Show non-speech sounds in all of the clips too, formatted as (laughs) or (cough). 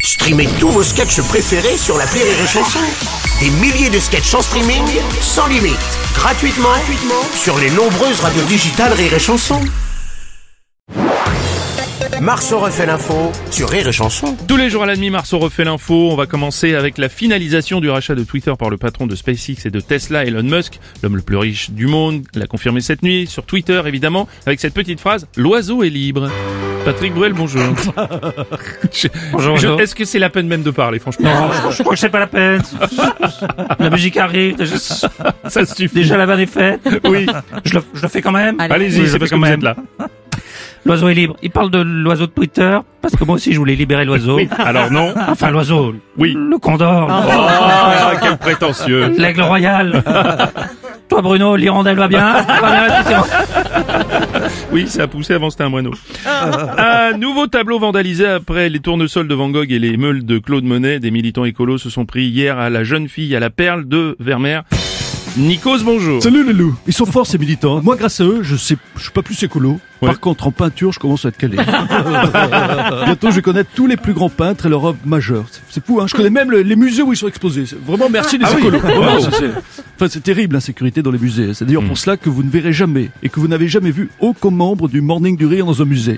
Streamez tous vos sketchs préférés sur la Rire et Chanson. Des milliers de sketchs en streaming, sans limite, gratuitement, gratuitement sur les nombreuses radios digitales Rire et Chanson. Marceau refait l'info sur Rire et Chanson. Tous les jours à la demi-mars, on refait l'info. On va commencer avec la finalisation du rachat de Twitter par le patron de SpaceX et de Tesla, Elon Musk, l'homme le plus riche du monde, l'a confirmé cette nuit sur Twitter, évidemment, avec cette petite phrase "L'oiseau est libre". Patrick Bruel, bonjour. Je- je- Bruno. Est-ce que c'est la peine même de parler, franchement Non, je crois que Oh, c'est pas la peine. La musique arrive, déjà, (laughs) Ça suffit. déjà la vanne est faite. Oui. Je le, je le fais quand même. Allez-y, Oui, je c'est le parce fais que quand vous même. êtes là. L'oiseau est libre. Il parle de l'oiseau de Twitter, parce que moi aussi je voulais libérer l'oiseau. Alors non. Enfin l'oiseau. Oui. Le condor. Ah, quel prétentieux. L'aigle royal. Toi Bruno, l'hirondelle va bien. Voilà, tu t'es- Oui, ça a poussé avant, c'était un moineau. Ah. Un nouveau tableau vandalisé après les tournesols de Van Gogh et les meules de Claude Monet. Des militants écolos se sont pris hier à la jeune fille à la perle de Vermeer. Nikos, bonjour. Salut les loups Ils sont forts ces militants. hein. Moi grâce à eux, je sais, je suis pas plus écolo. Ouais. Par contre, en peinture, je commence à (laughs) être calé. Bientôt, je connais tous les plus grands peintres et leurs œuvres majeures. C'est- C'est fou, hein. Je connais même le- les musées où ils sont exposés. C'est- Vraiment, merci les Ah oui. écolos. Vraiment, Bravo. ça, c'est- Enfin, c'est terrible l'insécurité dans les musées. hein. C'est d'ailleurs pour Hmm. cela que vous ne verrez jamais et que vous n'avez jamais vu aucun membre du Morning du Rire dans (laughs) un musée.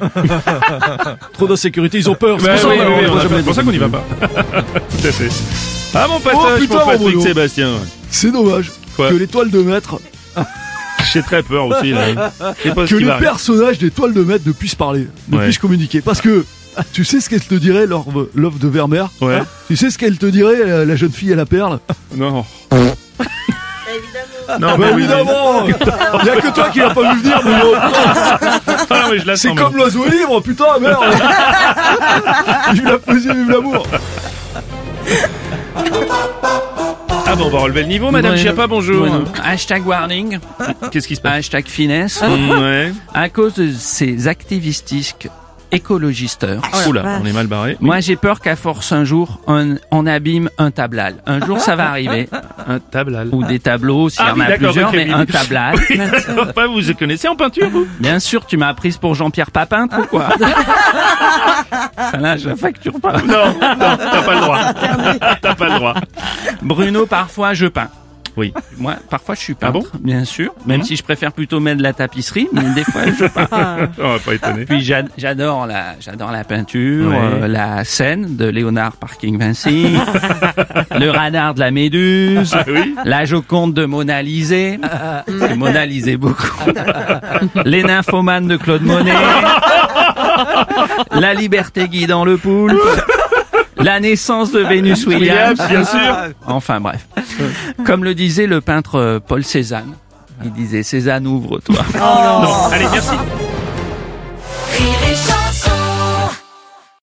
Trop d'insécurité, ils ont peur. C'est Bah pour ça oui, qu'on- oui, on oui, va on a- jamais c'est pour les- ça qu'on n'y va pas. (laughs) Tout à fait. Ah mon passage putain, pour mon Patrick Bruno. Sébastien. C'est dommage Quoi que l'étoile de maître J'ai très peur aussi. Là. Je sais pas ce que qui les va arriver. personnages des toiles de maître ne puissent parler, ne Ouais. puissent communiquer. Parce que, ah, tu sais ce qu'elle te dirait, l'orve- l'œuvre de Vermeer hein Ouais. Ah Tu sais ce qu'elle te dirait, la, la jeune fille à la perle Non. Non, mais Bah oui, oui. évidemment (laughs) Il a que toi qui l'as pas vu venir, Bruno. Ah, non, mais je la C'est sens, comme l'oiseau libre, putain, merde (laughs) Vive la poésie, vive l'amour maintenant. Ah bon, on va relever le niveau, Madame Ouais. Chiappa, bonjour. Bueno. Hashtag warning, Qu'est-ce qui se passe hashtag finesse. Ah. Ah. Ouais. À cause de ces activistiques écologisteurs, Oh Oula, on est mal barré. moi j'ai peur qu'à force un jour, on, on abîme un tablal. Un jour (laughs) ça va arriver. Un- Tablal. ou des tableaux, s'il y Ah en oui, a d'accord, plusieurs, ok, mais oui. un tablal. (laughs) Oui, d'accord. Pas vous vous connaissez en peinture, vous (laughs) Bien sûr, tu m'as prise pour Jean-Pierre Papin ou (laughs) quoi Enfin, Là, je la facture pas. Non, non, t'as pas le droit. T'as pas le droit. Bruno, parfois je peins. Oui. Moi, parfois je suis Ah peintre, bien sûr. Même si je préfère plutôt mettre de la tapisserie, mais des fois je peins. On va pas étonner. Puis j'a- j'adore la j'adore la peinture, Ouais. euh, la scène de Léonard Parking Vinci, (laughs) le radar de la Méduse, Ah oui la Joconde de (laughs) Mona Lisée, parce que Mona lisait beaucoup, les nymphomanes de Claude Monet, la liberté guidant le poulpe, la naissance de Vénus Williams, Williams, bien sûr. Enfin bref. Comme le disait le peintre euh, Paul Cézanne, il disait Cézanne ouvre-toi. Ah. Non, allez, merci.